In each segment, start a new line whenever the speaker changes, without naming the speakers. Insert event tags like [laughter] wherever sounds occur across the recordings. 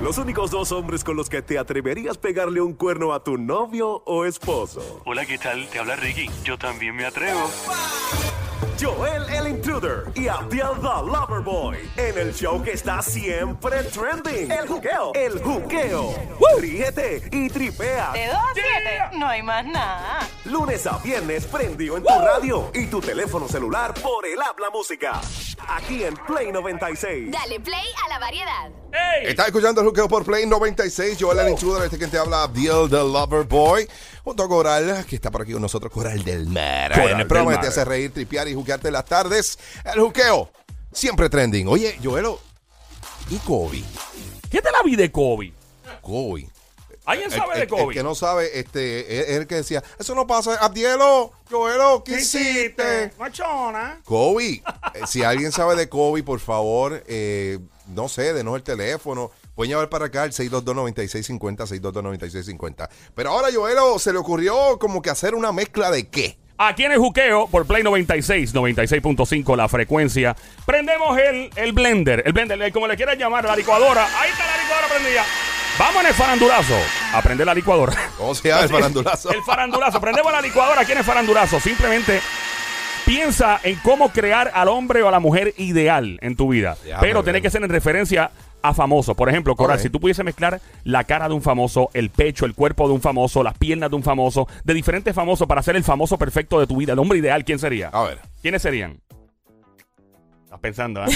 Los únicos dos hombres con los que te atreverías pegarle un cuerno a tu novio o esposo.
Hola, ¿qué tal? Te habla Ricky. Yo también me atrevo.
Joel el Intruder y Abdiel the Loverboy. En el show que está siempre trending. El juqueo. El juqueo. Ríete y tripea.
De 2 a 7, no hay más nada.
Lunes a viernes prendido en tu radio y tu teléfono celular por el habla música. Aquí en Play 96.
Dale play a la variedad.
Estás escuchando el Juqueo por Play 96. Joel el Intruder, este que te habla, Abdiel the Lover Boy. Junto a Coral, que está por aquí con nosotros, Coral del Mar.
Coral
en
del
el programa que
Mar.
te hace reír, tripear y juquearte las tardes. El Juqueo, siempre trending. Oye, Joelo, ¿y Kobe?
¿Qué te la vi de Kobe?
Kobe.
¿Alguien
El-
sabe
el,
de Kobe?
el que no sabe, este, es es el que decía, eso no pasa. Abdielo, Joelo, ¿qué hiciste?
Machona.
Kobe. Eh, si alguien sabe de Kobe, por favor, eh, no sé, denos el teléfono. Pueden llevar para acá el 622-9650, 622-9650. Pero ahora, Joelo, se le ocurrió como que hacer una mezcla de qué.
Aquí en el juqueo por Play 96, 96.5 la frecuencia. Prendemos el, el blender, el blender, el- como le quieras llamar, la licuadora. Ahí está la licuadora prendida. Vamos en el farandulazo a prender la licuadora. [laughs]
¿Cómo se llama el farandulazo?
El farandulazo. Prendemos la licuadora aquí en el farandulazo. Simplemente piensa en cómo crear al hombre o a la mujer ideal en tu vida.
Ya,
Pero
muy
tiene
bien.
que ser en referencia a famosos. Por ejemplo, Coral,
Ok.
si tú pudiese mezclar la cara de un famoso, el pecho, el cuerpo de un famoso, las piernas de un famoso, de diferentes famosos para ser el famoso perfecto de tu vida, el hombre ideal, ¿quién sería?
A ver.
¿Quiénes serían? Estás pensando, ¿eh?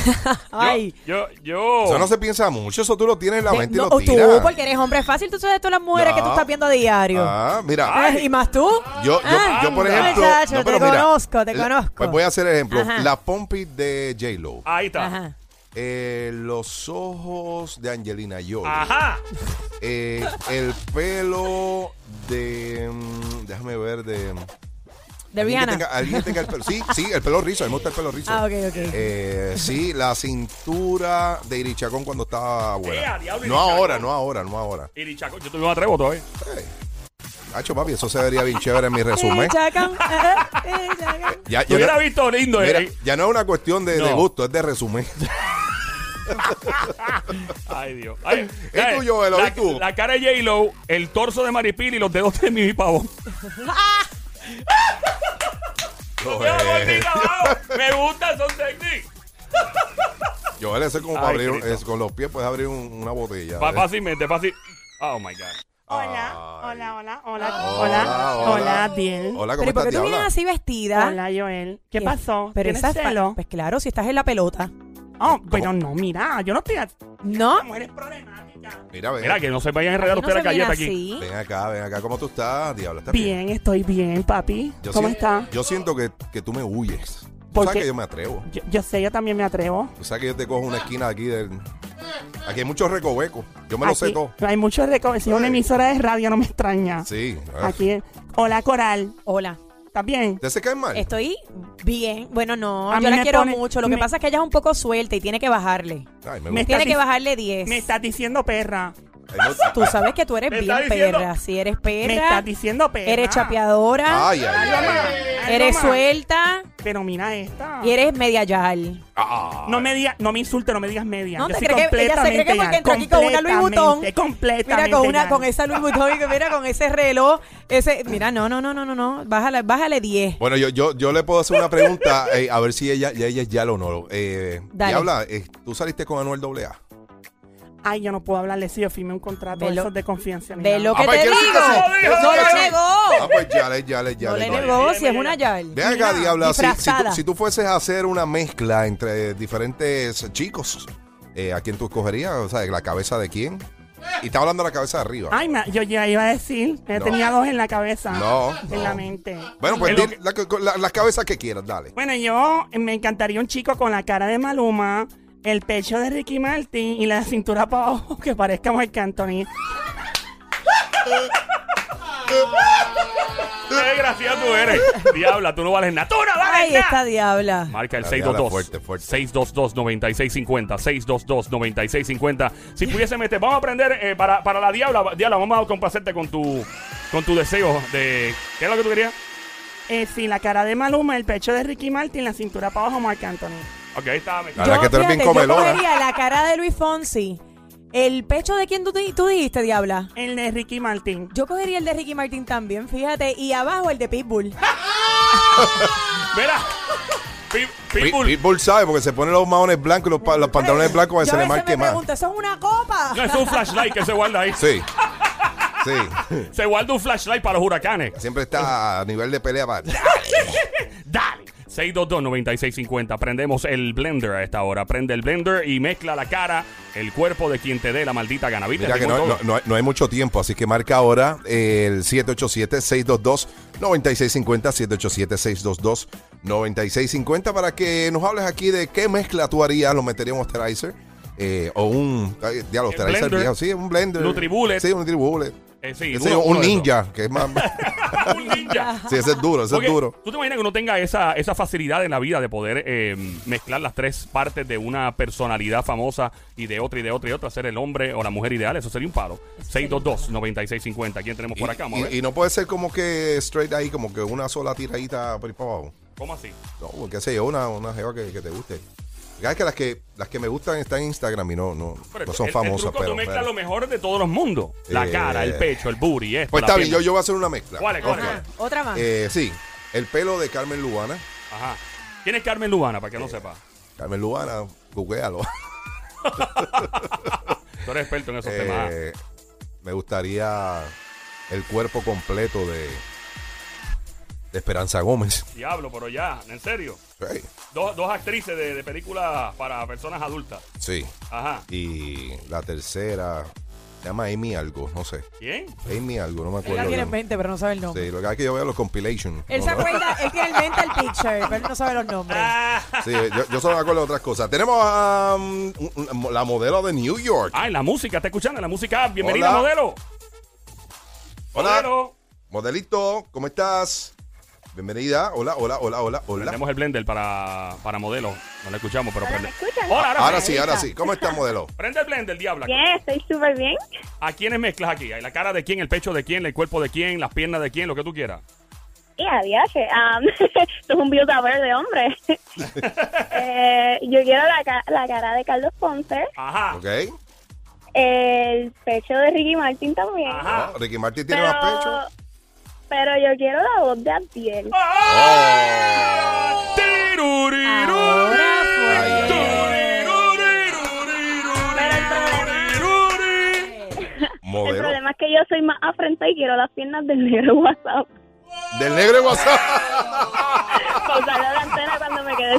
Ay.
Yo, yo.
Eso no se piensa mucho, eso tú lo tienes en la
De-
mente
no,
y lo
o tú,
tiras.
porque eres hombre fácil, tú sabes de todas las mujeres que tú
No.
estás viendo a diario.
Ah, mira.
Ay, ¿Y más tú?
Yo, yo,
Ah,
yo, por ejemplo.
Muchacho,
no,
te
pero mira,
conozco, te
la-
conozco.
Pues voy a hacer el ejemplo.
Ajá.
La pompi de J-Lo.
Ahí está. Ajá.
Ajá.
eh, los ojos de Angelina Jolie. Eh, el pelo de. mm, déjame ver, de.
De
alguien que
Rihanna.
tenga- alguien que tenga el pelo. Sí, sí, el pelo rizo. A mí me gusta el pelo rizo.
Ah, ok, ok.
Eh, sí, la cintura de Irichacón cuando estaba
Ea,
buena.
diablo,
No
Irichacón.
ahora, no ahora, no ahora.
Y di, Chaco, yo todavía no me atrevo todavía.
Hacho, papi, eso se vería bien chévere en mi
Eh,
resumen. [laughs]
chacan, eh, eh, chacan.
Ya,
Yo
ya
hubiera
no,
visto lindo, eh.
mira, ya no es una cuestión de, de
No.
gusto, es de
[laughs]
resumen.
Ay, Dios.
[laughs]
Ay,
¿Y
ay,
tú, Joel?
la,
¿Y tú?
la cara de J-Lo, el torso de Maripil y los dedos de mi
[laughs]
pavón.
[laughs]
Me gustan, son sexy.
Yo eso es como
Ay,
para abrir,
Cristo.
es- con los pies puedes abrir un- una botella.
Fa- Fácilmente, fácil. Oh my God.
Hola,
Hola, hola, hola,
Hola,
hola,
hola.
hola, Adiel.
Hola, ¿cómo
Pero ¿y por
estás,
qué tú
diabla?
vienes así vestida?
Hola, Joel. ¿Qué
Eh,
pasó?
¿Ah? Pero
¿Tienes
esa es fa-
celo?
Pues claro, si estás en la pelota.
Oh, bueno, no, mira, yo no estoy... a-
No.
La mujer es problemática.
Mira, ven,
Mira, que no se vayan a enredar
no se
ustedes la
viene
galleta aquí.
así.
ven acá, ven acá. ¿Cómo tú estás, diablo? ¿Estás
Bien, estoy bien, papi.
Yo
¿Cómo
sien-
estás?
Yo siento que, que tú me huyes. Tú
¿Por
sabes
qué?
que yo me atrevo.
Yo, yo sé, yo también me atrevo.
Tú sabes que yo te cojo una esquina aquí del... Aquí hay muchos recovecos. Yo me lo sé
Aquí
todo.
Hay muchos recovecos. Si es una emisora de radio, no me extraña.
Sí. ah.
Aquí. Hola, Coral.
Hola.
¿Estás bien?
¿Te se caen mal?
Estoy bien. Bueno, no,
A
yo
mí
la
me
quiero
pone-
mucho. Lo que
me-
pasa es que ella es un poco suelta y tiene que bajarle.
Ay, me gusta.
me
Tiene
Estás
que
dic-
bajarle
Me
10.
estás diciendo perra.
Ay, me gusta.
Tú sabes que tú eres
Me
bien
está diciendo-
perra. Si eres
Me
perra,
estás diciendo ah. perra.
eres chapeadora,
Ay, ay, ay.
Ay,
eres
no más.
suelta
Pero mira esta.
y eres media yal.
Ah.
No me digas, no me insulte, no me digas media.
No,
Yo
te
soy
crees que- ella se cree que
completamente
porque entró aquí con una
completamente,
Louis Vuitton.
Completamente.
Mira, con una,
ya.
con esa Louis Vuitton y que mira, con ese reloj, ese, mira, no, no, no, no, no, no, bájale, bájale 10.
Bueno, yo, yo, yo le puedo hacer una pregunta eh, a ver si ella, ya ella es ya o no. Eh,
Dale.
Diabla, eh, tú saliste con Anuel AA.
Ay, yo no puedo hablarle si yo firmé un contrato
Ve
de
lo-
esos de confianza.
Ve lo que
pues,
te
¿qué
digo.
dice que sí?
No
¿Qué
lo
dice que sí? Ah,
negó.
pues ya le, ya le, ya
No
le,
le
ya le.
negó si es una yal.
Ve acá, Diabla, si, si tú,
disfrazada.
si tú fueses a hacer una mezcla entre diferentes chicos, eh, ¿a quién tú escogerías? O sea, ¿la cabeza de quién? Y está hablando de la cabeza de arriba.
Ah.
Ay, ma- yo ya iba a decir, eh,
No.
tenía dos en la cabeza.
No,
En
no.
la mente.
bueno, pues
Es lo
di la- la- las cabezas que quieras, dale.
Bueno, yo eh, me encantaría un chico con la cara de Maluma, el pecho de Ricky Martin y la cintura para abajo que parezca Marc Anthony.
Qué desgraciado tú
[laughs]
eres. Diabla, tú no vales nada. Tú no vales
Ay,
nada.
esta diabla.
Marca el
La diabla
622.
fuerte, fuerte.
622-9650. 622-9650. Si pudiese meter, vamos a aprender eh, para, para la diabla. Diabla, vamos a complacerte con tu, con tu deseo de. ¿Qué es lo que tú querías?
Eh, sí, la cara de Maluma, el pecho de Ricky Martin, la cintura para abajo Marc Anthony.
Ok, ahí está. me-
La verdad que tú eres bien
fíjate, yo
comelona.
cogería la cara de Luis Fonsi, ¿El pecho de quién tú, di- tú dijiste, Diabla?
El de Ricky Martin.
Yo cogería el de Ricky Martin también, fíjate. Y abajo el de Pitbull.
Mira, Pit- Pitbull.
Pitbull sabe porque se pone los maones blancos y los, pa- los pantalones blancos para que
Eh, Yo
se le
a veces
marque
me
más.
pregunto, ¿eso es una
[laughs]
copa?
No, es un flashlight que se guarda ahí.
Sí. Sí. [laughs]
Se guarda un flashlight para los huracanes.
Siempre está a nivel de pelea. para-
622-9650. Prendemos el blender a esta hora. Prende el blender y mezcla la cara, el cuerpo de quien te dé la maldita gana. ¿Viste?
Mira que
Tengo
no,
todo.
no- no hay- no hay mucho tiempo, así que marca ahora el 787-622-9650, 787-622-9650 para que nos hables aquí de qué mezcla tú harías, lo metería un Osterizer eh, o un, ay, diablo, Osterizer
blender.
viejo, sí, un blender.
Nutribullet.
Sí, un Nutribullet.
Eh, sí,
Ese,
uno-
un
uno de
ninja, que es más...
[laughs] un ninja.
sí, ese es duro, ese
Porque
es duro.
¿Tú te imaginas que uno tenga esa, esa facilidad en la vida de poder eh, mezclar las tres partes de una personalidad famosa y de otra y de otra y de otra? Ser el hombre o la mujer ideal, eso sería un palo. 622-9650. ¿Quién tenemos por acá? Vamos a
Y,
ver.
y no puede ser como que straight ahí, como que una sola tiradita por ahí para abajo.
¿Cómo así?
No, porque sé yo, una, una jeva que, que te guste. Sabes que las que las que me gustan están en Instagram y no, no,
Pero
no son
el- el
famosas,
truco,
pero.
tú mezclas
pero-
lo mejor de todos los mundos. La
Eh,
cara, el pecho, el booty, esto,
Pues
la
está bien, yo,
pierna.
yo voy a hacer una mezcla.
¿Cuál es? ¿Cuál es?
Ok.
Ajá, otra más.
Eh, sí, el pelo de Carmen Lubana.
Ajá. ¿Quién es Carmen Lubana? Para que
Eh.
no sepa.
Carmen Lubana, googlealo.
Tú eres experto en esos temas.
Eh, me gustaría el cuerpo completo de, de Esperanza Gómez.
Diablo, pero ya, en serio.
Ey,
Dos, dos actrices de, de películas para personas adultas.
Sí.
Ajá.
Y la tercera, se llama Amy algo, no sé.
¿Quién?
Amy algo, no me acuerdo.
Ella tiene
bien.
20, pero no sabe el nombre.
Sí, lo que hay que yo veo los compilations.
Él
No,
se
no.
acuerda, él tiene el mental picture, pero él no sabe los nombres.
Ah.
Sí, yo, yo solo me acuerdo de otras cosas. Tenemos a um, un- un- la modelo de New York.
Ah, en la música, está escuchando, en la música. Bienvenida,
Hola.
modelo.
Hola,
Modelo.
modelito, ¿cómo estás? Bienvenida. Hola, hola, hola, hola, hola.
Tenemos el blender para, para modelo. No lo escuchamos, pero prende.
¿me escuchan?
Hola, ahora,
Ahora
prende.
sí, ahora sí. ¿Cómo estás, modelo?
Prende el blender, diabla.
Bien, estoy súper bien.
¿A quiénes mezclas aquí? ¿Hay la cara de quién, el pecho de quién, el cuerpo de quién, las piernas de quién, lo que tú quieras?
Y a viaje. am, [laughs] esto es un beauty hour de hombre. Eh, yo quiero la, ca- la cara de Carlos Ponce,
Ajá.
¿Ok?
el pecho de Ricky Martin también.
Ajá.
No, Oh, Ricky Martin tiene
Pero,
más pecho.
pero yo quiero la voz de Abdiel.
Oh,
Tiruriruriru,
Ahora fue.
tiruriruriruriruri.
El
Modelo.
problema es que yo soy más afrenta y quiero las piernas del negro WhatsApp.
Del negro de WhatsApp.
Pausarlo la antena cuando me quedé